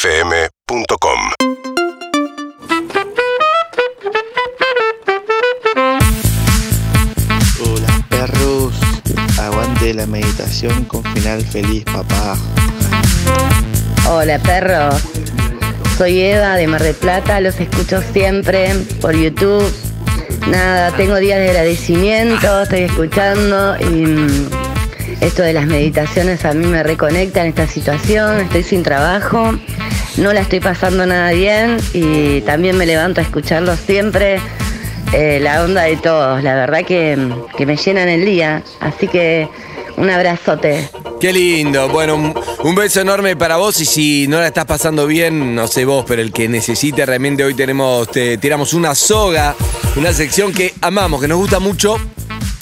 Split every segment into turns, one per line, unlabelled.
UrbanaPlayFM.com
Hola perros, aguante la meditación con final feliz papá.
Hola perro, soy Eva de Mar del Plata, los escucho siempre por YouTube. Nada, tengo días de agradecimiento, estoy escuchando y mm, esto de las meditaciones a mí me reconecta en esta situación, estoy sin trabajo, no la estoy pasando nada bien y también me levanto a escucharlo siempre. eh, la onda de todos, la verdad que, que me llenan el día, así que un abrazote.
Qué lindo. Bueno, un, un beso enorme para vos y si no la estás pasando bien, no sé vos, pero el que necesite realmente hoy tenemos, te, tiramos una soga, una sección que amamos, que nos gusta mucho.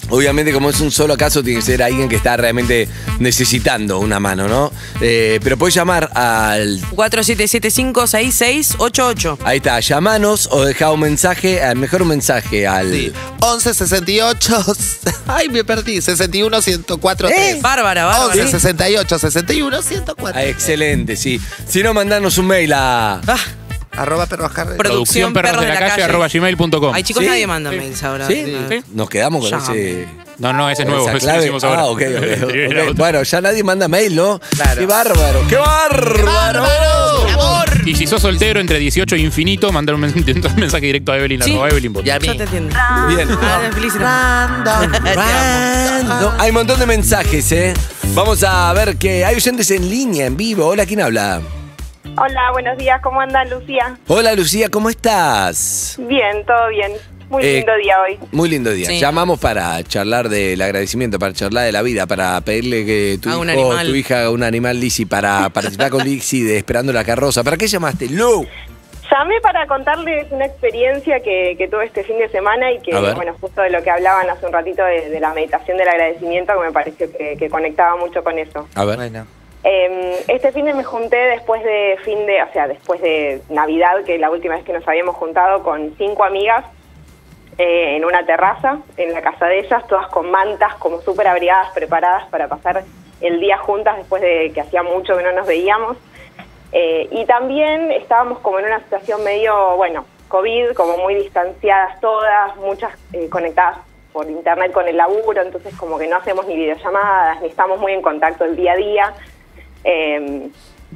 Obviamente, como es un solo caso, tiene que ser alguien que está realmente necesitando una mano, ¿no? Eh, pero puedes llamar al
4775-6688.
Ahí está, llamanos o deja un mensaje, al mejor un mensaje al.
Sí. 11 68 Ay, me perdí. 61 104
Eh,
3.
Bárbara, Bárbara.
11 68 61 104.
Ah, excelente, sí. Si no, mandanos un mail a.
Ah,
Arroba perros Harry.
producción perros de la calle.
arroba gmail.com.
Ay, chicos,
Sí,
nadie manda
sí.
mails ahora.
¿Sí?
Nada.
Sí.
Nos quedamos con
Llámame.
ese.
No, no, ese es nuevo.
Esa
ese lo
clave.
hicimos ahora.
Ah, ok, ok, ok.
Era otro.
Bueno, ya nadie manda mail, ¿no? Qué bárbaro. ¡Qué bárbaro!
Y si sos soltero entre 18 e infinito, mandar un, men- un mensaje directo a Evelyn.
Sí.
arroba Evelyn Botti.
Yo te entiendo.
Bien.
Ah, de feliz- Te amo.
No, hay un montón de mensajes, ¿eh? Vamos a ver que hay oyentes en línea, en vivo. Hola, ¿quién habla?
Hola, buenos días, ¿cómo anda Lucía?
Hola, Lucía, ¿cómo estás?
Bien, todo bien. Muy
Eh,
lindo día hoy.
Muy lindo día.
Sí.
Llamamos para charlar del agradecimiento, para charlar de la vida, para pedirle que tu
A un
hijo,
animal.
tu hija, haga un animal Lizzy, para participar con Lizzy de Esperando la Carroza. ¿Para qué llamaste? Lu.
Llamé para contarles una experiencia que, que tuve este fin de semana y que,
A ver.
bueno, justo de lo que hablaban hace un ratito de, de la meditación del agradecimiento, que me pareció que, que conectaba mucho con eso.
A ver.
Eh, este fin de me junté después de fin de, o sea, después de Navidad, que es la última vez que nos habíamos juntado con cinco amigas eh, en una terraza, en la casa de ellas, todas con mantas, como súper abrigadas, preparadas para pasar el día juntas después de que hacía mucho que no nos veíamos. Eh, y también estábamos como en una situación medio, bueno, COVID, como muy distanciadas todas, muchas eh, conectadas por internet con el laburo, entonces como que no hacemos ni videollamadas, ni estamos muy en contacto el día a día. Eh,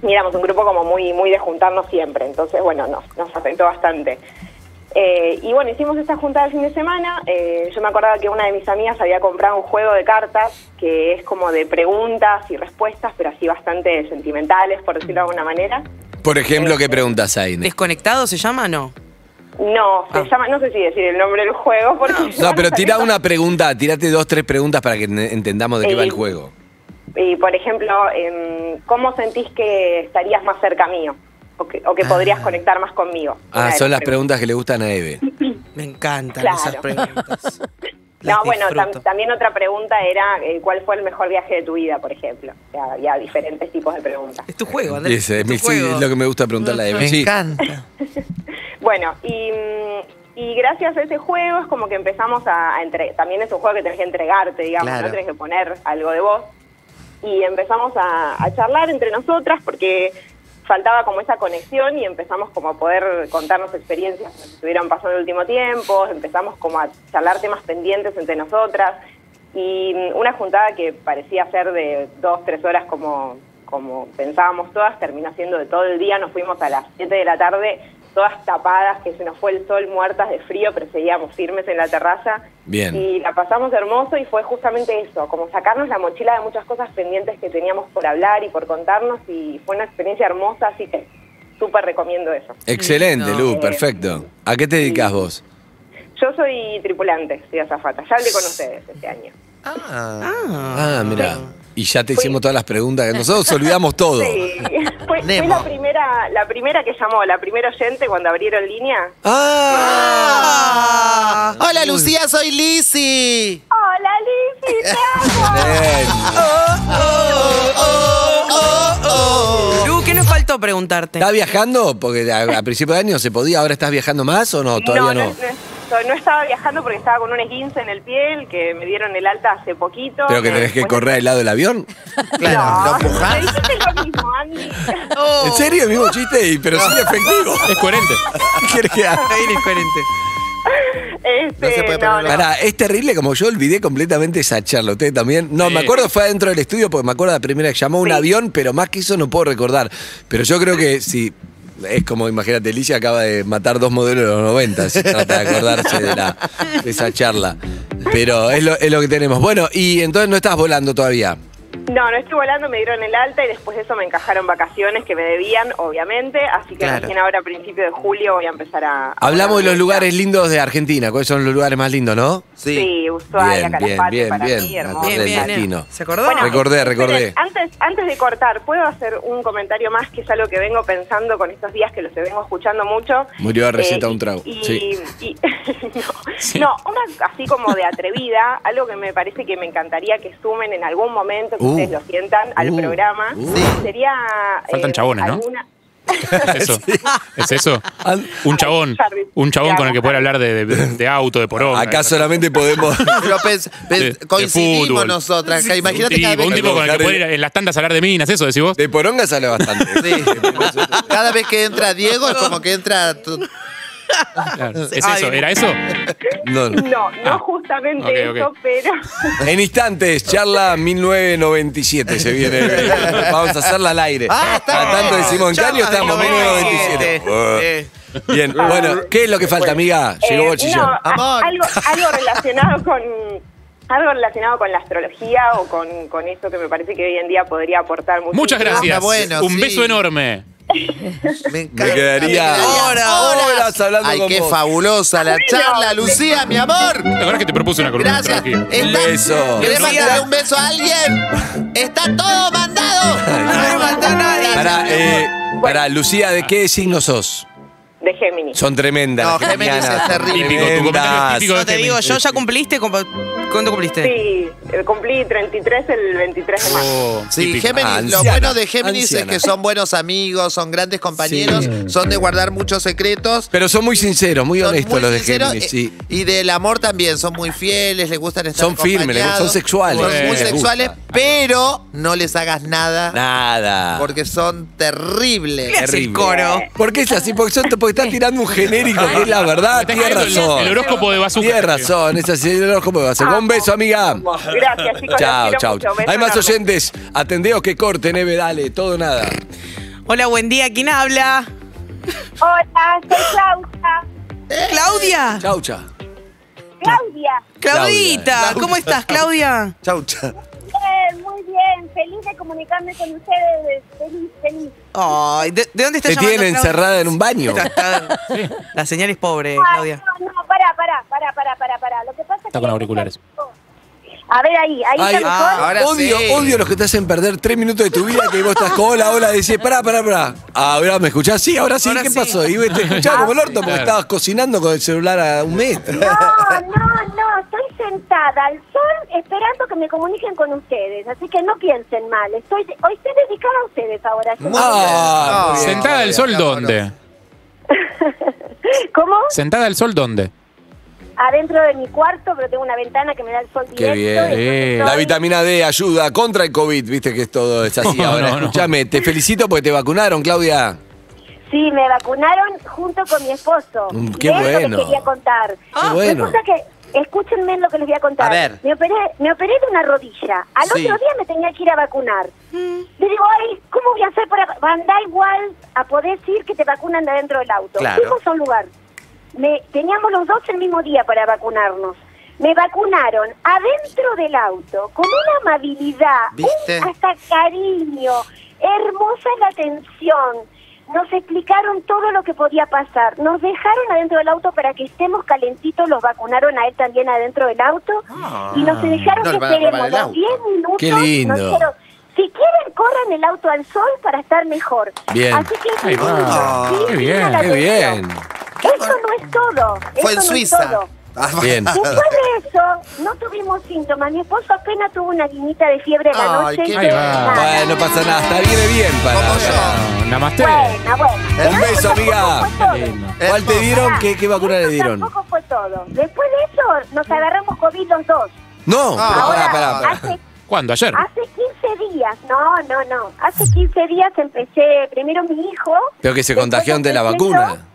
y éramos un grupo como muy, muy de juntarnos siempre, entonces bueno, nos, nos afectó bastante. Eh, y bueno, hicimos esta junta del fin de semana. Eh, yo me acordaba que una de mis amigas había comprado un juego de cartas que es como de preguntas y respuestas, pero así bastante sentimentales, por decirlo de alguna manera.
Por ejemplo, ¿qué preguntas hay? Nene?
¿Desconectado se llama? No.
No, se
Ah.
llama, no sé si decir el nombre del juego. Porque
No, pero tira una pregunta, tirate dos, tres preguntas para que ne- entendamos de qué va el
Eh,
juego.
Y por ejemplo, em, ¿cómo sentís que estarías más cerca mío? O que, o que podrías conectar más conmigo. Una
Ah,
de
son las preguntas que le gustan a Eve.
Me encantan
Claro.
esas preguntas. Las
No, bueno, tam-
disfruto.
también otra pregunta era eh, cuál fue el mejor viaje de tu vida, por ejemplo. O sea, había diferentes tipos de preguntas.
Es tu juego, Andrés.
Dice,
es tu
sí,
Este juego.
es lo que me gusta preguntarle a Eve. Sí.
encanta.
Bueno, y, mm, y gracias a ese juego es como que empezamos a, a entre- también es un juego que tenés que entregarte, digamos,
Claro.
no tenés que poner algo de vos. Y empezamos a, a charlar entre nosotras porque faltaba como esa conexión y empezamos como a poder contarnos experiencias que nos estuvieron pasando el último tiempo, empezamos como a charlar temas pendientes entre nosotras y mm, una juntada que parecía ser de dos, tres horas como, como pensábamos todas, terminó siendo de todo el día, nos fuimos a las 7 de la tarde todas tapadas, que se nos fue el sol, muertas de frío, pero seguíamos firmes en la terraza.
Bien.
Y la pasamos hermoso y fue justamente eso, como sacarnos la mochila de muchas cosas pendientes que teníamos por hablar y por contarnos y fue una experiencia hermosa, así que súper recomiendo eso. Eh,
Excelente,
No.
Lu, perfecto. ¿A qué te dedicas vos?
Yo soy tripulante, soy azafata, ya hablé con ustedes este año.
Ah, mira. Y ya te hicimos todas las preguntas que nosotros olvidamos todo.
Sí, fue, fue
Nemo.
la, primera, la primera que llamó, la primera oyente cuando abrieron línea.
¡Ah!
Hola Lucía, soy Lizzy.
Hola, Lizzy, te amo.
Bien.
Oh, Lu, ¿qué nos faltó preguntarte?
¿Estás viajando? Porque a, a principio de año se podía, ahora estás viajando más o no, todavía
no,
no.
no, Exacto, no estaba viajando porque estaba con un esguince en el pie, el que me dieron el alta hace poquito.
Pero que tenés que
Después-
correr al lado del avión.
Claro,
No,
lo empujás.
me dijiste lo mismo, Andy.
¿En serio? El mismo chiste, y- pero sin efectivo.
Es coherente.
¿Qué querés que haga?
Es incoherente.
Este,
No se puede poner la-
Pará, es terrible como yo olvidé completamente esa charla. Usted también. No,
Sí.
me acuerdo, fue adentro del estudio porque me acuerdo la primera que llamó un
Sí.
avión, pero más que eso no puedo recordar. Pero yo creo que sí. Es como, imagínate, Licia acaba de matar dos modelos de los 90, si trata de acordarse de, la- de esa charla. Pero es lo, es lo que tenemos. Bueno, y entonces no estás volando todavía.
No, no estoy volando, me dieron el alta y después de eso me encajaron vacaciones que me debían, obviamente. Así que
Claro.
recién ahora, a principio de julio, voy a empezar a. a
Hablamos de
volar
los
mucho.
lugares lindos de Argentina. ¿Cuáles son los lugares más lindos, no?
Sí,
Sí.
Ushuaia,
Bien,
Calafate,
bien,
para
bien,
mí,
bien.
hermoso.
Bien,
Bien, bien.
latino.
eh. ¿Se acordó?
Bueno,
Recordé, recordé.
esperen, Antes, antes de cortar, ¿puedo hacer un comentario más que es algo que vengo pensando con estos días que los vengo escuchando mucho? Eh,
Murió de receta un
y-
trago,
Y,
sí.
y- no, no, una así como de atrevida, algo que me parece que me encantaría que sumen en algún momento, que
Uh,
ustedes lo sientan al
uh,
programa,
uh.
sería...
Faltan chabones, ¿no?
Eh, alguna-
Eso. ¿Es eso?
Al-
Un chabón. Un chabón con el que poder hablar de, de- de auto, de porón.
Acá solamente podemos.
Pero pens-
De-
pens-
de
coincidimos
fútbol.
nosotras. que
Un
Imagínate cada
tipo,
vez,
un tipo con el que poder ir a- en las tandas a hablar de minas, eso decís vos.
De poronga sale bastante.
Sí. cada vez que entra Diego es como que entra. tu-
Claro. ¿Es
Ay,
eso?
no.
¿Era eso?
No, no. Ah.
No, no
Ah.
justamente
Ok, ok.
eso, pero...
En instantes, charla 1997 se viene. Vamos a hacerla al aire.
Ah, está
A tanto
bien.
decimos en Cario, estamos en 1997.
Eh,
Bien, bueno, ¿qué es lo que falta, amiga? Llegó
Eh,
Bochillón.
no, a-
Amor.
algo, algo relacionado con algo relacionado con la astrología o con, con eso que me parece que hoy en día podría aportar mucho.
Muchas gracias.
Ah, bueno,
un
sí.
beso enorme.
Me encanta.
Me quedaría horas, horas hablando
Ay,
con
qué
vos.
fabulosa la
Bueno.
charla, Lucía, mi amor.
La verdad es que te propuse una columna de
Gracias.
astrología.
Está-
Beso.
¿Querés
Lucía.
mandarle un beso a alguien? Está todo mandado.
No me mandó nadie.
Pará, eh, pará, Lucía, ¿de qué signo sos?
De Géminis.
Son tremendas.
No,
las
Géminis es
geminianas.
terrible.
Típico, tu comentario es típico.
No te digo, yo ya cumpliste. como- ¿Cuánto cumpliste?
Sí, eh, cumplí 33 el 23 de marzo.
Oh,
Sí,
típico.
Géminis, lo
Anciana,
bueno de Géminis
anciana.
es que son buenos amigos, son grandes compañeros, son de guardar muchos secretos.
Pero son muy sinceros, muy
son
honestos
muy
los de
sinceros,
Géminis,
eh,
sí.
Y del amor también, son muy fieles, les gustan estar
Son firmes, les
acompañados,
gustan- son sexuales.
Son muy
Eh, les
sexuales,
gusta.
pero no les hagas nada
Nada.
porque son terribles.
¿Qué hace el
Terrible.
coro?
¿Por qué es así? Porque, son, porque estás tirando un genérico, que es la verdad,
Estás
tienes
cayendo en
razón.
El, horóscopo de Bazooka.
Tienes razón, es así, el horóscopo va a ser. Un beso, amiga.
Gracias, chicos.
Chao,
los quiero
chao.
mucho. Beso
Hay más
enorme.
oyentes. Atendeo que corten, Eve, dale, todo nada.
Hola, buen día. ¿Quién habla?
Hola, soy Claudia.
Eh.
¿Claudia?
Chau, chau.
Claudia.
Claudita.
Claudia.
¿Cómo estás, Claudia?
Chau, chau.
Bien, muy bien. Feliz de comunicarme con ustedes. Feliz, feliz.
Ay, ¿de, de dónde estás
Te
llamando,
tiene
Claudia?
encerrada en un baño.
Está- está- La señal es pobre,
Ay,
Claudia.
no, no, pará, pará, pará, pará, pará, pará. Lo que pasa es que...
con auriculares.
A ver, ahí, ahí
Ay, ah,
está
ah,
mejor.
ahora
odio,
sí.
odio los que te hacen perder tres minutos de tu vida que vos estás con hola, hola, decís, pará, pará, pará. Ah, Ahora me escuchás, sí, ahora sí,
Ahora
¿qué
sí. Ah,
pasó? Y te escuchaba como el orto porque
Claro.
estabas cocinando con el celular a un metro.
Ah,
No, no, no, estoy sentada al sol esperando que me comuniquen con ustedes, así que no piensen mal. Estoy, hoy estoy dedicada a ustedes ahora. yo-
Ah,
Muy bien.
¿Sentada al sol dónde?
¿Cómo?
¿Sentada al sol dónde?
Adentro de mi cuarto, pero tengo una ventana que me da el sol
Qué
directo.
bien. Eh,
Eh.
entonces
La
estoy-
vitamina D ayuda contra el COVID, viste que es todo es así.
No,
Ahora,
no, no.
escúchame, te felicito porque te vacunaron, Claudia.
Sí, me vacunaron junto con mi esposo.
Mm, qué
De eso les
bueno.
quería contar.
Ah, qué bueno.
Resulta que, escúchenme lo que les voy a contar.
A ver.
Me operé, me operé de una rodilla. Al
Sí.
otro día me tenía que ir a vacunar. Le digo, ay, ¿cómo voy a hacer para...? Andá igual a poder ir que te vacunan de adentro del auto.
Claro.
Fuimos a un lugar. Me, teníamos los dos el mismo día para vacunarnos. Me vacunaron adentro del auto con una amabilidad, un
¿Viste?
hasta cariño, hermosa la atención. Nos explicaron todo lo que podía pasar. Nos dejaron adentro del auto para que estemos calentitos. Los vacunaron a él también adentro del auto. y nos dejaron
Ah, No,
que
le van a robar
esperemos
el
los
auto.
10 minutos.
Qué lindo.
Nos dijeron, si quieren, corran el auto al sol para estar mejor.
Bien. Ah,
Así que
Ahí va.
sí,
Qué
sí,
bien,
la
Qué
atención.
bien.
Eso no es todo.
Fue en
Eso no es
Suiza.
todo.
Ah,
Bien.
Después de eso, no tuvimos síntomas. Mi esposo apenas tuvo una guinita de fiebre la
Ay,
noche.
qué
y
bien.
nada.
Bueno, no pasa nada, está viene bien para.
Como yo.
para-
Namaste.
Buena, buena. Pero
Un
eso
beso,
tampoco
amiga.
fue todo.
Lindo.
¿Cuál te dieron? ¿Qué, qué vacuna
Eso
le dieron?
Tampoco fue todo. Después de eso nos agarramos COVID los dos.
No,
Ah.
pero
Ahora,
pará, pará, pará.
Hace,
¿Cuándo? ¿Ayer?
hace 15 días, no, no, no. Hace 15 días empecé, primero mi hijo.
Pero que se
después
contagiaron de la
empecé yo.
vacuna.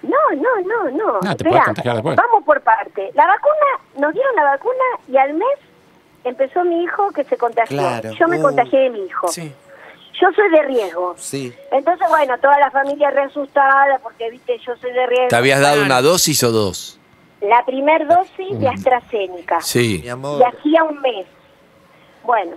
No, no, no, no.
Ah, te
Esperá,
podés contagiar después.
Vamos por parte. La vacuna, nos dieron la vacuna y al mes empezó mi hijo que se contagió.
Claro.
Yo me
Uh.
contagié de mi hijo.
Sí.
Yo soy de riesgo.
Sí.
Entonces, bueno, toda la familia re asustada porque, viste, yo soy de riesgo.
¿Te habías dado una dosis o dos?
La primer dosis de AstraZeneca.
Mm. Sí.
Mi
Y
amor.
hacía un mes. Bueno,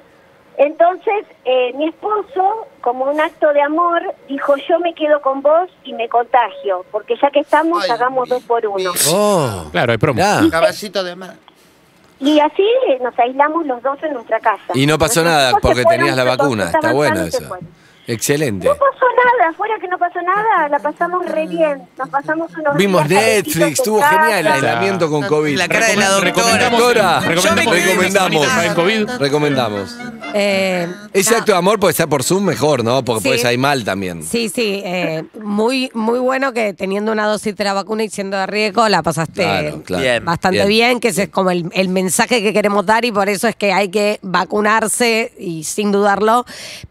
entonces eh, mi esposo, como un acto de amor, dijo yo me quedo con vos y me contagio, porque ya que estamos,
Ay,
hagamos
mi-
dos por uno.
mi-
Oh,
Claro, hay promo.
mirá.
Caballito de mar.
Y así eh, nos aislamos los dos en nuestra casa.
Y no pasó
Nuestros
nada
hijos se
porque
fueron,
tenías la
los dos
vacuna. Está
estaban
bueno
sanos y se
eso.
fueron.
Excelente.
No pasó nada, fuera que no pasó nada, la pasamos re bien, nos pasamos unos
Vimos
días calentitos
Netflix,
en
estuvo
casa.
genial el aislamiento con COVID.
La cara de la
Recomend-
doctora.
recomendamos-
Doctora.
Yo
Recomendamos.
me quedé
Recomendamos.
una semanita en COVID.
Recomendamos.
Eh,
Ese
no.
acto de amor puede estar por Zoom mejor, ¿no? Porque
Sí.
puedes ir mal también.
Sí, sí, eh, muy, muy bueno que teniendo una dosis de la vacuna y siendo de riesgo la pasaste
Claro, claro.
Bien.
bastante bien, que ese es como el, el mensaje que queremos dar y por eso es que hay que vacunarse y sin dudarlo,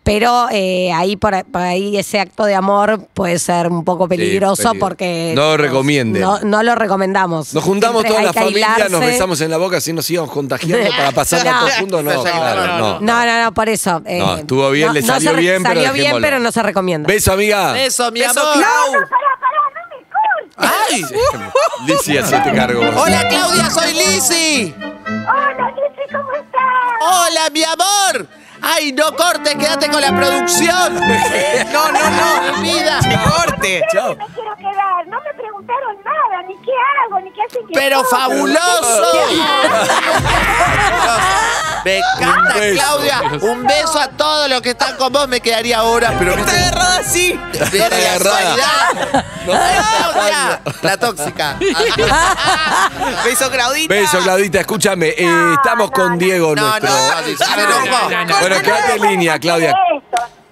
pero eh, ahí por, a- por ahí ese acto de amor puede ser un poco peligroso
peligro.
porque
No lo
nos-
recomienden.
No, no lo recomendamos.
Nos juntamos
Siempre
toda
hay
la
que
familia, nos
aislarse.
besamos en la boca, así nos íbamos contagiando para pasarla
No.
todos juntos. No,
No,
claro,
no,
no.
No, no, no, por eso. eh,
No, estuvo bien, le
se
salió
re-
bien, pero
salió bien,
dejémoslo.
pero no se recomienda.
Beso, amiga.
Eso, mi
Beso,
amor.
Clau.
No, pará, pará, no me cortes.
¡Ay!
Licia, hacete cargo. vos.
¡Hola, Claudia! ¡Soy Lizzy!
Hola, Lizzy, ¿cómo estás?
¡Hola, mi amor! ¡Ay, no cortes! ¡Quédate con la producción!
No, no, no.
Mi vida.
¡Qué corte!
Chao.
me quiero quedar. No me preguntaron nada, ni qué hago, ni qué hacen.
¡Pero fabuloso! Me encanta,
Un beso.
Claudia. Un beso a todos los que están con vos. Me quedaría horas, pero
Está agarrada así.
de la
agarrada.
sexualidad.
No,
Claudia, la tóxica.
Beso, Claudita.
Beso, Claudita. Escúchame, eh, estamos con Diego,
No,
nuestro.
no, me enojó.
Bueno, quédate en línea, Claudia.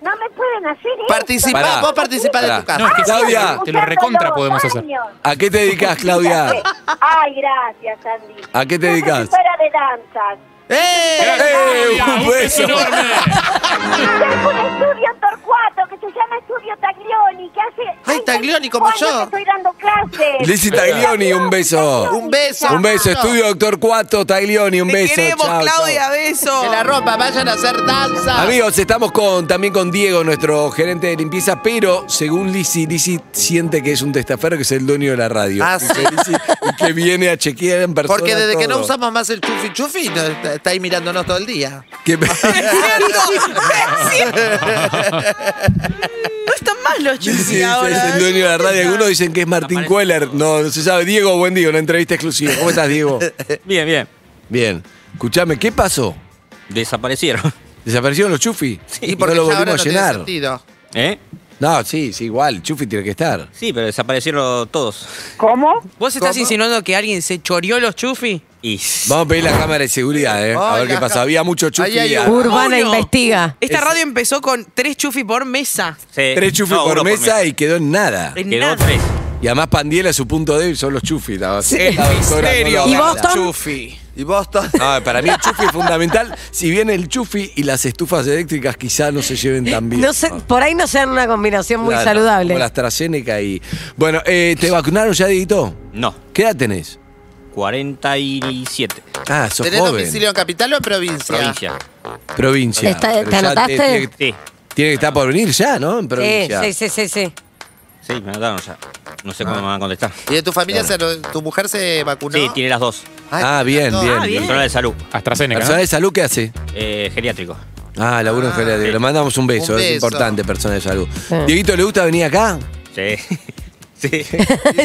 No me pueden hacer eso.
Participá,
Pará.
vos participá de
Pará.
tu casa.
No, es que
Claudia.
te lo recontra podemos hacer.
¿A qué te dedicas, Claudia?
Ay, gracias, Andy.
¿A qué te
Yo soy
dedicas?
Para de danzas.
¡Eh!
¡Eh,
Claudia,
un beso!
enorme.
Tengo un estudio en Torcuato que se llama Estudio Taglioni. que hace?
Ay, Taglioni, como
25
yo.
años que Estoy dando clases.
Lizy Taglioni, un beso.
Un beso.
Un beso, estudio Doctor Cuato, Taglioni, un
Te
beso.
queremos,
Chao, chao.
Claudia, beso.
Que la ropa, vayan a hacer danza.
Amigos, estamos con, también con Diego, nuestro gerente de limpieza, pero según Lizzy, Lizzy siente que es un testaferro, que es el dueño de la radio.
Ah, sí.
Lizzy, que viene a chequear en persona.
Porque desde que no
todo.
usamos más el chufi chufi, no, está, está ahí mirándonos todo el día.
Que-
Es cierto. No están mal los
Lizzy
chicos
es
ahora.
el dueño de la radio. Algunos dicen que es Martín Cueller. No, no se sabe. Diego, buen día, una entrevista exclusiva. ¿Cómo estás, Diego?
Bien, bien.
Bien. Escuchame, ¿qué pasó?
Desaparecieron.
¿Desaparecieron los Chufi?
Y
no
porque
lo
ya ahora
volvimos a
no tiene
llenar.
sentido.
¿Eh?
No, sí, sí, igual. Chufi tiene que estar.
Sí, pero desaparecieron todos.
¿Cómo?
¿Vos estás insinuando que alguien se choreó los chufi?
Y
Vamos a pedir la cámara de seguridad, ¿eh? A
Ay,
ver qué
la
pasa.
ca-
Había mucho
Ahí
Chufi.
hay
a-
un-
Urbana
Uno.
investiga.
Esta
Es-
radio empezó con tres chufi por mesa.
Sí.
Tres chufis
No,
por
uno
mesa y quedó en nada.
En
Quedó
nada.
tres.
Y además Pandiela, su punto débil son los chufis. La la doctora
Misterio.
no lo
¿Y
avala.
Boston?
Chufi.
Y vos to-
No, para mí el chufi es fundamental. Si bien el chufi y las estufas eléctricas quizá no se lleven tan bien. Ah.
No sé, por ahí no sean una combinación muy
Claro,
saludable.
Como la AstraZeneca y... Bueno, eh, ¿te vacunaron ya, Dieguito?
No,
¿Qué edad tenés?
47.
Ah, sos
¿Tenés
joven.
domicilio en capital o en provincia?
Provincia.
Provincia.
Está-
Pero
¿te
ya
anotaste?
Tiene, que-
Sí.
tiene que estar por venir ya, ¿no? En
Sí,
provincia.
sí, sí, sí, sí.
Sí, me notaron ya. No sé cómo me van a contestar.
¿Y de tu familia, se- tu mujer se vacunó?
Sí, tiene las dos.
Ay,
Ah, bien,
no.
bien.
Ah, bien.
Personal de salud.
AstraZeneca.
¿Personal de salud qué hace?
Eh, geriátrico.
Ah, laburo en general. Le mandamos un beso,
Un
es
beso.
importante, personal de salud. Dieguito, ¿le gusta venir acá?
Sí. sí.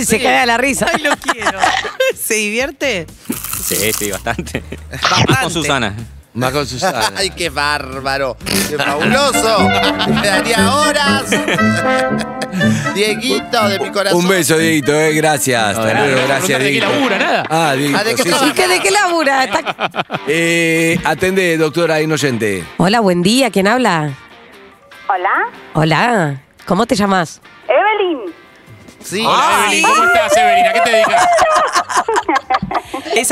Se caga la risa.
Ay, lo quiero. ¿Se divierte?
Sí, sí, bastante.
Bastante.
Más con Susana.
Más con Susana.
Ay, qué bárbaro. Qué fabuloso. Me daría horas. Dieguito de mi corazón.
Un beso, Dieguito, eh, gracias. Hasta
nada,
luego,
no
gracias,
preguntaste qué
Dieguito.
labura, nada.
Ah, Dieguito,
Ah, ¿de qué
sí,
trabaja?
¿Y qué, de qué labura? Está-
sí. Eh, atende, doctora, hay un oyente.
Hola, buen día. ¿Quién habla?
Hola.
Hola. ¿Cómo te llamas?
Evelyn.
Sí.
Hola, Evelyn, ¿cómo estás, Evelyn? ¿A qué te dedicas?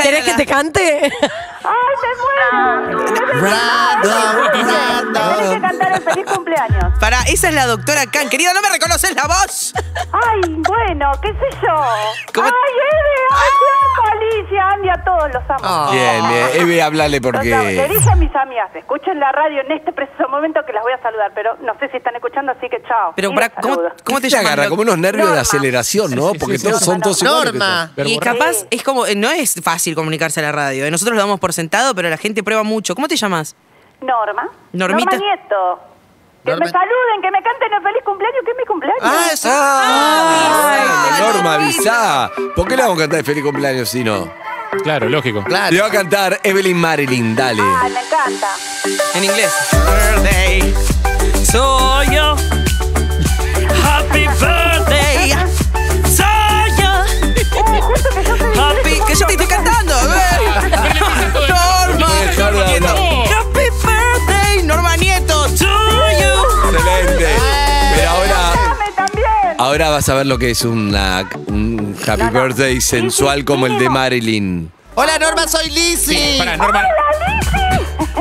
¿Querés que te cante?
¡Ay, te muero! Tienes que cantar el feliz cumpleaños.
Para, esa es la doctora Khan. Querido, ¿no me reconoces la voz?
Ay, bueno, qué sé yo.
¿Cómo-
Ay, Eve,
Ah.
ay, Flaco, Alicia, Andy, a todos los amo.
Ah.
Bien, bien. Eve, háblale
Le
porque.
dije a mis amigas, escuchen la radio en este preciso momento que las voy a saludar, pero no sé si están escuchando, así que chao.
Pero
Y
pará,
les saludo.
¿Cómo te, Este agarra? Como unos nervios de aceleración, ¿no? Porque todos son todos iguales que todos.
Y capaz es como, eh, no es fácil comunicarse a la radio. eh. Nosotros lo damos por sentado, pero la gente prueba mucho. ¿Cómo te llamas?
Norma.
Normita.
Norma Nieto. Que
Norma-
me saluden, que me canten el feliz cumpleaños, que es mi cumpleaños.
Ah, Norma, avisá. ¿Por qué le vamos a cantar el feliz cumpleaños si no?
Claro, lógico.
Le va a cantar Evelyn Marilyn, dale.
Ay, Ah, me encanta.
En inglés.
Birthday. Soy yo. Happy birthday. Soy yo. Happy.
Que yo te estoy cantando. Norma. Happy birthday, Norma Nieto. To you.
Excelente. Pero ahora. Ahora vas a ver lo que es una, un happy birthday sensual como el de Marilyn.
Hola, Norma, soy Lizzy.
Para, Norma,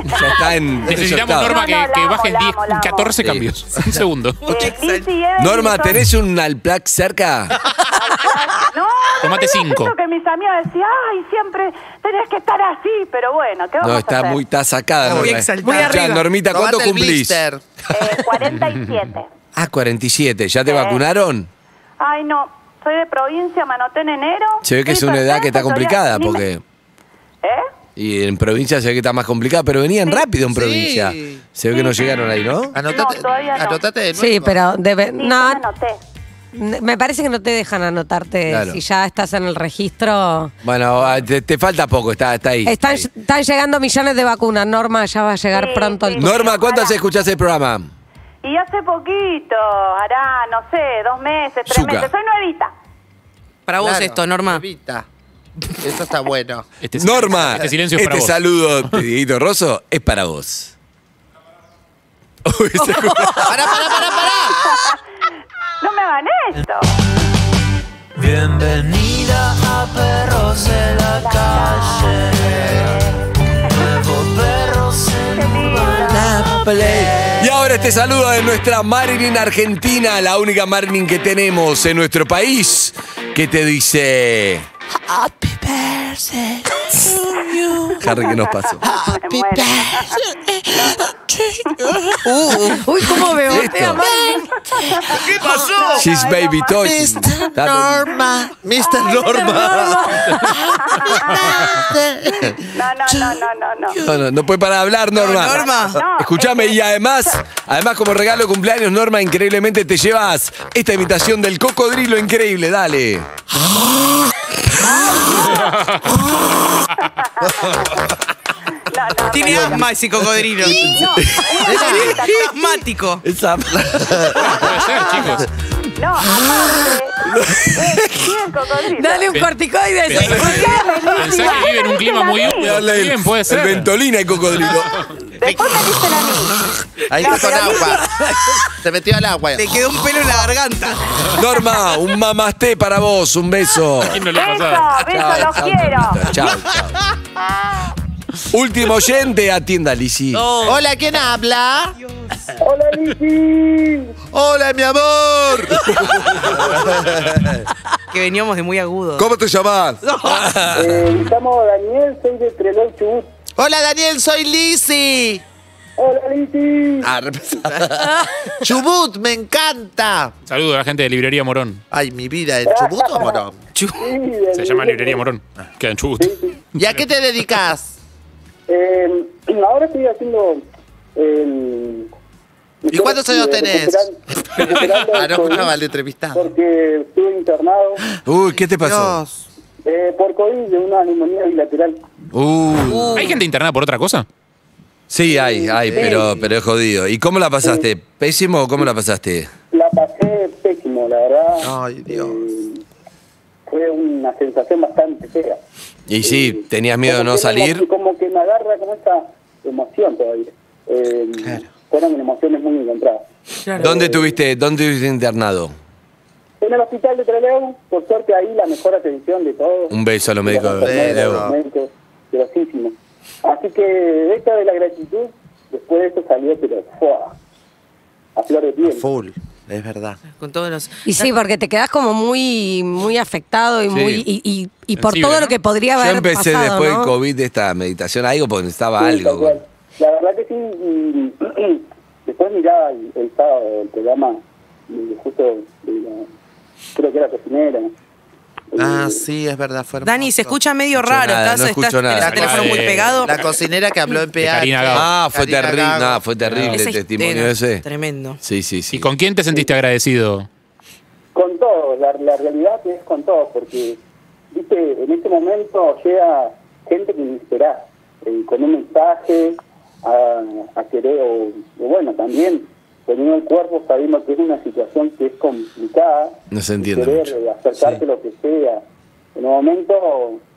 Ya está en.
necesitamos
ya está.
Norma que, que baje 10, 14 cambios. Un segundo.
Eh,
Norma, ¿tenés un Alplac cerca?
No,
Tomate cinco.
Creo que mis amigas decían, ay, siempre tenés que estar así, pero bueno, ¿qué vamos
No,
a
está
hacer?
muy está sacada. Norma. Ya, Normita, ¿cuánto
Tomate el
cumplís?
blister.
Eh, 47.
Ah, 47. ¿Ya te
Sí.
vacunaron?
Ay, no, soy de provincia, me anoté en enero.
Se ve que es
Fui
una edad
perfecta,
que está
todavía
complicada
ni me-
porque...
¿Eh?
Y en provincia se ve que está más complicada, pero venían rápido en provincia. Se ve que no llegaron ahí, ¿no?
Anotate, anotate de nuevo.
Sí, pero debe- no,
anoté.
n- me parece que no te dejan anotarte
Claro.
si ya estás en el registro.
Bueno, ah, te, te falta poco, está, está ahí.
Están, están llegando millones de vacunas, Norma, ya va a llegar pronto el
Norma, ¿cuántas escuchás el programa?
Y hace poquito, hará, no sé, dos meses, tres
Zucca.
meses, soy nuevita.
Para vos esto, Norma.
Eso está bueno.
Norma,
este silencio es para vos.
saludo de Dieguito Rosso es para vos. Uy, se escucha-
¡Para, para, para,
No me hagan esto.
Bienvenida a Perros de la Calle. Nuevo Perros en la
Y ahora este saludo de nuestra Marilyn Argentina, la única Marilyn que tenemos en nuestro país, que te dice...
Happy birthday to you.
Harry, ¿qué nos pasó?
Happy birthday to you.
Uh.
Uy, cómo me
voltea,
Mari. ¿Qué pasó?
She's baby toy.
Mr.
Dale.
Norma.
Mr.
No, no, no, no, no, no.
No, no, no puede parar de hablar, Norma.
No, Norma. No,
Escúchame, y además, además, como regalo de cumpleaños, Norma, increíblemente te llevas esta invitación del cocodrilo increíble, dale.
Tiene asma ese cocodrilo. Es asmático.
Es
chicos.
No, aparte. eh, sí, el cocodrilo.
Dale un corticoide.
Pensá que-
Escuchame, Lizzy,
Pensá que vive en un clima muy húmedo.
Dale,
Bien, puede
El
ser.
ventolina y cocodrilo.
Después me dicen a mí.
Ahí
No,
está con
pero
agua. Se metió al agua.
Te quedó un pelo en la garganta.
Norma, un mamaste para vos, un beso.
¿Quién no le ha pasado?
Ah, Beso, beso, los quiero.
Chao, chao. Último oyente, atienda, Lisi.
Hola, ¿quién habla? Hola, Lizzy. Hola, mi amor.
Que veníamos de muy agudo.
¿Cómo te llamás?
Eh, llamo Daniel, soy de Trelor Chubut.
Hola, Daniel, soy Lizzy.
Hola, Lizzy.
Chubut, me encanta.
Saludo a la gente de Librería Morón.
Ah,
Ay, mi vida, ¿el Chubut o Morón?
Se llama Librería Morón. Queda en Chubut.
¿Y a qué te dedicas?
Eh, ahora estoy haciendo... eh,
¿Y cuántos
estoy,
años
eh,
tenés?
recuperan- recuperando
Ah, no,
COVID,
una mal entrevistada.
Porque estuve internado
Uy, ¿qué te pasó?
eh, por COVID de una neumonía bilateral.
Uh.
¿Hay gente internada por otra cosa?
Sí, hay, hay, pero, pero es jodido. ¿Y cómo la pasaste? ¿Pésimo o cómo la pasaste?
La pasé pésimo, la verdad. Eh,
Ay, Dios.
Fue una sensación bastante fea.
Y sí, tenías miedo de
Como
no
que me-
salir.
Como que me agarra como esta emoción todavía. Eh, Fueron Em, emociones muy encontradas.
¿Dónde tuviste, dónde tuviste internado?
En el hospital de Trelew, por suerte ahí la mejor atención de todos.
Un beso a los médicos.
Enfermeras,
de Leo.
médicos, grosísimo. Así que de esta de la gratitud, después de eso salió, pero ¡fua! a flor de piel.
Full, es verdad.
Con todos los.
Y sí, porque te quedás como muy, muy afectado y
Sí.
muy y, y- y por
Sensible,
todo
¿no?
lo que podría haber
Yo empecé
pasado,
después
¿no?
del COVID de esta meditación, algo porque necesitaba
Sí,
algo.
tal cual. La verdad que sí, y, después miraba el, el sábado el programa, y justo de la- creo que era cocinera.
Ah, sí, es verdad, fue hermoso.
Dani, se escucha medio raro.
nada,
estás,
no escucho
estás-
nada.
tenés el teléfono muy
Eh,
pegado.
La cocinera que habló en PH.
Karina Gago.
Ah, fue
Karina
terrible,
Gago.
no, fue terrible
Esa
el testimonio
histera-
ese.
Tremendo.
Sí, sí, sí.
¿Y con quién te sentiste agradecido?
Con todo, la, la realidad es con todo, porque, viste, en este momento llega gente que ni esperás, eh, con un mensaje, a, a querer, o, o bueno, también poniendo el cuerpo sabiendo que es una situación que es complicada,
No se entiende
querer
mucho.
eh, acercarte lo que sea. En un momento,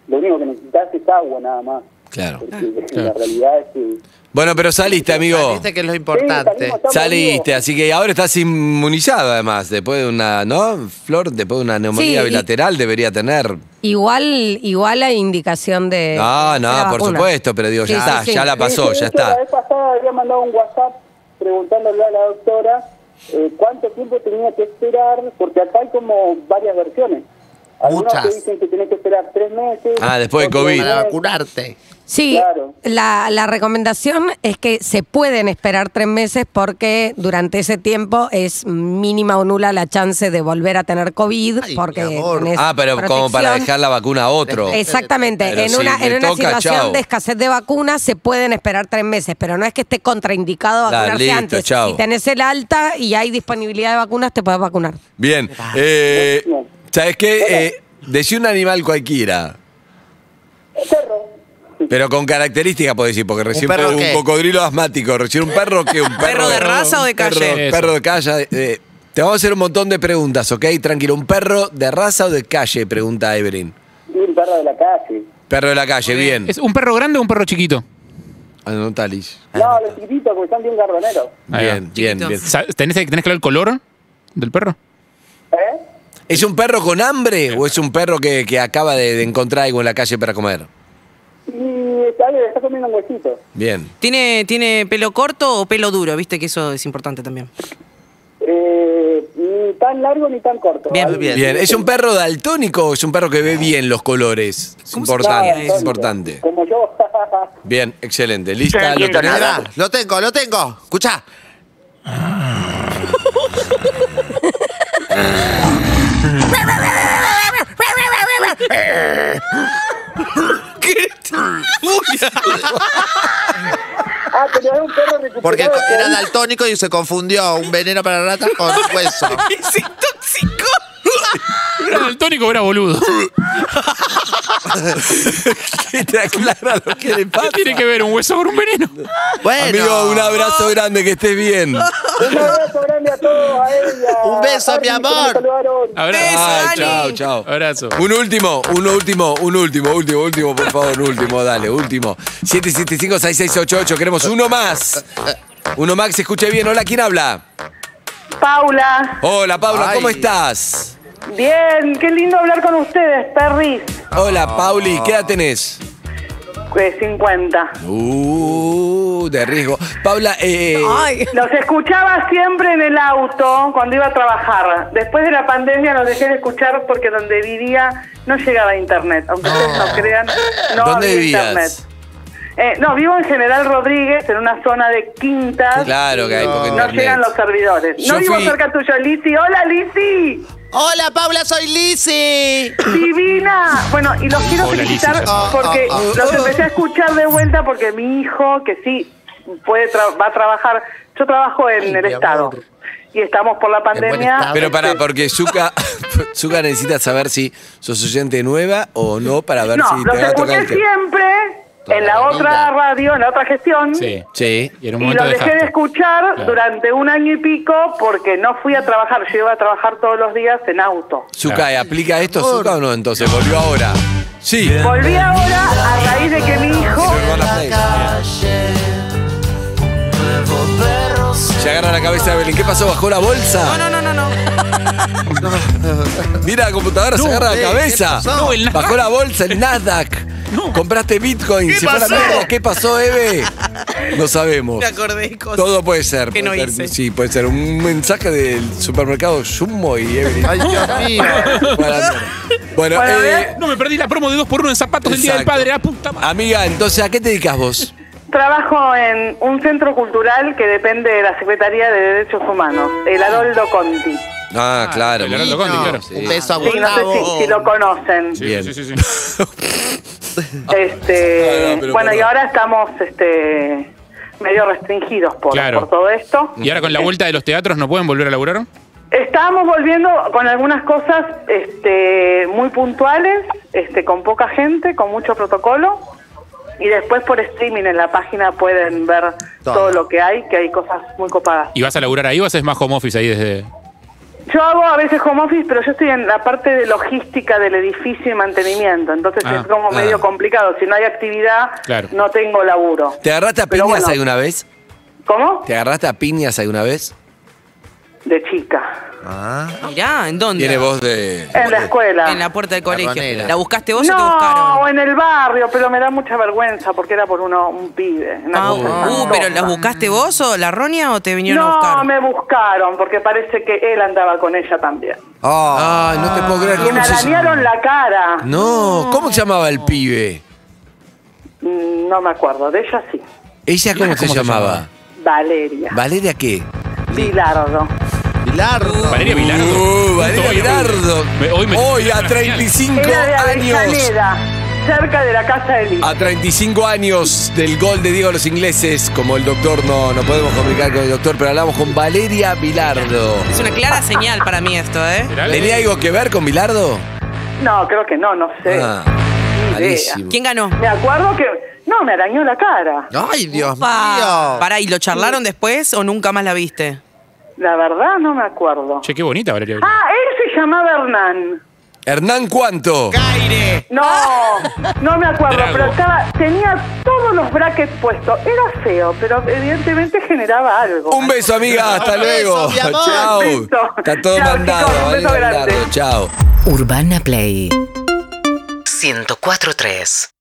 lo único que necesitas es agua nada más,
Claro.
porque la
Claro.
realidad es que...
Bueno, pero saliste, amigo.
Viste que es lo importante.
Saliste, así que ahora estás inmunizado además, después de una, ¿no? Flor, después de una neumonía
Sí, y-
bilateral debería tener.
Igual, igual hay indicación de.
No,
de la
no, por
vacuna.
supuesto, pero digo, ya
Sí, sí,
está,
sí.
ya la pasó,
Sí,
ya
de hecho, La
está.
vez pasada había mandado un WhatsApp preguntándole a la doctora eh, cuánto tiempo tenía que esperar, porque acá hay como varias versiones. Algunos
Muchas.
te dicen que tenés que esperar tres meses.
Ah, después de
otros
COVID.
meses.
Para vacunarte.
Sí,
Claro.
la, la recomendación es que se pueden esperar tres meses porque durante ese tiempo es mínima o nula la chance de volver a tener COVID
Ay,
porque
mi amor.
tenés
Ah, pero como para
protección.
dejar la vacuna a otro.
Exactamente,
Pero
en
si
una,
me
en una
toca,
situación
chao.
de escasez de vacunas se pueden esperar tres meses, pero no es que esté contraindicado
Claro,
vacunarse
listo,
antes.
chao.
Si tenés el alta y hay disponibilidad de vacunas, te puedes vacunar.
Bien. eh, ¿Sabes qué? Eh, decí un animal cualquiera. Pero con características, puedo decir, porque recién
perro
fue un
qué?
cocodrilo asmático. Recién un perro que un perro.
¿Perro de raza o de
Perro-
calle?
Perro, de calle. eh, te vamos a hacer un montón de preguntas, ¿ok? Tranquilo. ¿Un perro de raza o de calle? Pregunta Evelyn.
Y un perro de la calle.
Perro de la calle, bien. Ah,
¿Es un perro grande o un perro chiquito?
Anotalis.
No, los chiquititos, porque están bien garroneros.
Ahí va.
Bien, bien, bien.
Sa- ¿Tenés, ¿Tenés claro el color del perro?
¿Eh?
¿Es un perro con hambre o es un perro que, que acaba de, de encontrar algo en la calle para comer?
Y está, bien, está comiendo un huesito.
Bien.
¿Tiene, ¿Tiene pelo corto o pelo duro? Viste que eso es importante también.
Eh, ni tan largo ni tan corto.
Bien,
Algo-
bien.
Bien, ¿es un perro daltónico o es un perro que ve bien los colores? Es
¿Cómo se
importante,
llama
es
eso?
importante.
Como yo.
Bien, excelente. ¿Lista? ¿Lo tenés?
Mirá, lo tengo, lo tengo. Escuchá.
ah, pero es un perro recuperado.
Porque
con-
era daltónico y se confundió un veneno para ratas con un hueso.
¡Es tóxico!
¿Era daltónico o era boludo?
Que te aclara lo que le pasa.
¿Qué tiene que ver un hueso con un veneno?
Bueno,
Amigo, un abrazo grande, que estés bien.
Oh.
Un abrazo grande a todos, a ella.
Un beso,
Harry,
mi
que me
amor.
saludaron.
Abrazo.
Ay, Ah, chao, chao.
Abrazo.
Un último, un último, un último, último, último, por favor, un último, dale, último. 775-6688, queremos uno más. Uno más que se escuche bien. Hola, ¿quién habla?
Paula,
Hola, Paula, ¿cómo
Ay.
estás?
bien, qué lindo hablar con ustedes, Perris.
Hola, Pauli, ¿qué edad tenés?
De 50.
Uh, de riesgo. Paula, eh,
Los escuchaba siempre en el auto cuando iba a trabajar. Después de la pandemia los dejé de escuchar porque donde vivía no llegaba a internet. Aunque ustedes no crean, no
Ah. ¿Dónde
había
vivías?
internet. Eh, no, vivo en General Rodríguez, en una zona de quintas.
claro que hay poco
No
internet.
llegan los servidores.
Yo
no vivo
fui-
cerca tuyo, Lizzy. ¡Hola, Lizzy!
Hola, Paula, soy Lizzy.
¡Divina! Bueno, y los quiero
Hola, Lizzy,
felicitar
ya está.
porque
Ah, ah, ah.
los empecé a escuchar de vuelta porque mi hijo, que sí puede tra- va a trabajar, yo trabajo en
Ay,
el
mi
Estado
amor.
y estamos por la
buen
pandemia.
estado.
Pero para,
Este,
porque Zuka, Zuka necesita saber si sos oyente nueva o no para ver
No,
si
los
te va a tocar
escuché
el tema.
siempre en la otra radio, en la otra gestión.
Sí.
Sí.
Y en un
Y
momento
los dejé de
dejaste.
escuchar
Claro.
durante un año y pico porque no fui a trabajar. Yo iba a trabajar todos los días en auto.
Zuka, ¿eh, ¿aplica esto Zuka o no? Entonces, volvió ahora. Sí.
Volví ahora a raíz de que mi hijo
Se va la play. Se agarra la cabeza de Belén. ¿Qué pasó? ¿Bajó la bolsa? No, no, no, no. Mira, la computadora se
No,
agarra la
eh, ¿qué
cabeza.
pasó? No, el Nasdaq.
Bajó la bolsa, el Nasdaq. Compraste Bitcoin.
¿Qué
se fue a la
pasó?
mierda. ¿Qué pasó, Eve? No sabemos.
Me acordé de cosas.
Todo puede ser.
que no
puede ser-
hice.
Sí, puede ser. Un mensaje del supermercado Sumo y Evelyn.
Ay, Dios mío.
Para- Bueno,
Para
eh,
ver, no me perdí la promo de 2x1 en zapatos del Día del
Exacto.
Padre, la puta madre.
amiga, entonces, ¿a qué te dedicas vos?
Trabajo en un centro cultural que depende de la Secretaría de Derechos Humanos, el Haroldo Conti.
Ah, claro.
Leonardo Conti, claro.
Un
beso a
Sí, no sé si, si lo conocen.
Bien.
Este,
Ah, no, pero
bueno, y
perdón.
ahora estamos este, medio restringidos por,
Claro.
por todo esto.
¿Y ahora con la vuelta de los teatros no pueden volver a laburar?
Estábamos volviendo con algunas cosas este, muy puntuales, este, con poca gente, con mucho protocolo. Y después por streaming en la página pueden ver
Toma.
todo lo que hay, que hay cosas muy copadas.
¿Y vas a laburar ahí o haces más home office ahí desde.?
Yo hago a veces home office, pero yo estoy en la parte de logística del edificio y mantenimiento, entonces
Ah,
es como
ah.
medio complicado. Si no hay actividad,
Claro.
no tengo laburo.
¿Te agarraste a
Pero
piñas
bueno.
alguna vez?
¿Cómo?
¿Te agarraste a piñas alguna vez?
De chica.
Ah.
Mirá, ¿en dónde?
Tiene voz de.
En la escuela.
En la puerta del colegio.
Carbonera.
¿La buscaste vos
no,
o te buscaron?
en el barrio, pero me da mucha vergüenza porque era por uno, un pibe. una
Ah,
cosa
uh,
espantosa.
pero ¿la buscaste vos o la Ronia o te vinieron a
No,
buscar?
me buscaron porque parece que él andaba con ella también.
Ay, no te puedo creer.
Y Ah. me
¿Cómo se llama?
arañaron la cara.
No, ¿cómo se llamaba el pibe?
Mm, No me acuerdo, de ella sí.
¿Ella cómo, se, llamaba?
Valeria.
¿Valeria qué?
Bilardo.
Bilardo.
Valeria Bilardo.
Uh, Valeria
Hoy-
Bilardo.
me- hoy me-
Hoy a 35
Era de
años.
Avellaneda, cerca de la casa de Liz.
A 35 años del gol de Diego a los ingleses, como el doctor no, no podemos comunicar con el doctor, pero hablamos con Valeria Bilardo.
Es una clara señal para mí esto, ¿eh?
¿Tenía algo que ver con Bilardo?
No, creo que no, no sé.
Ah,
Ni idea.
malísimo.
¿Quién ganó?
Me acuerdo que. No, me arañó la cara.
Ay, Dios mío.
Pará, ¿y lo charlaron después o nunca más la viste?
La verdad, no me acuerdo.
Che, qué bonita Valeria.
Ah, él se llamaba Hernán.
Hernán Cuánto.
No, no me acuerdo,
Drago.
pero estaba, tenía todos los brackets puestos. Era feo, pero evidentemente generaba algo.
Un beso, amiga. Hasta
Un
luego.
beso, mi amor.
Chao.
Listo.
Está todo
Chao,
mandado.
chicos, un beso
Valeria Bilardo.
grande.
Chao.
Urbana Play 104.3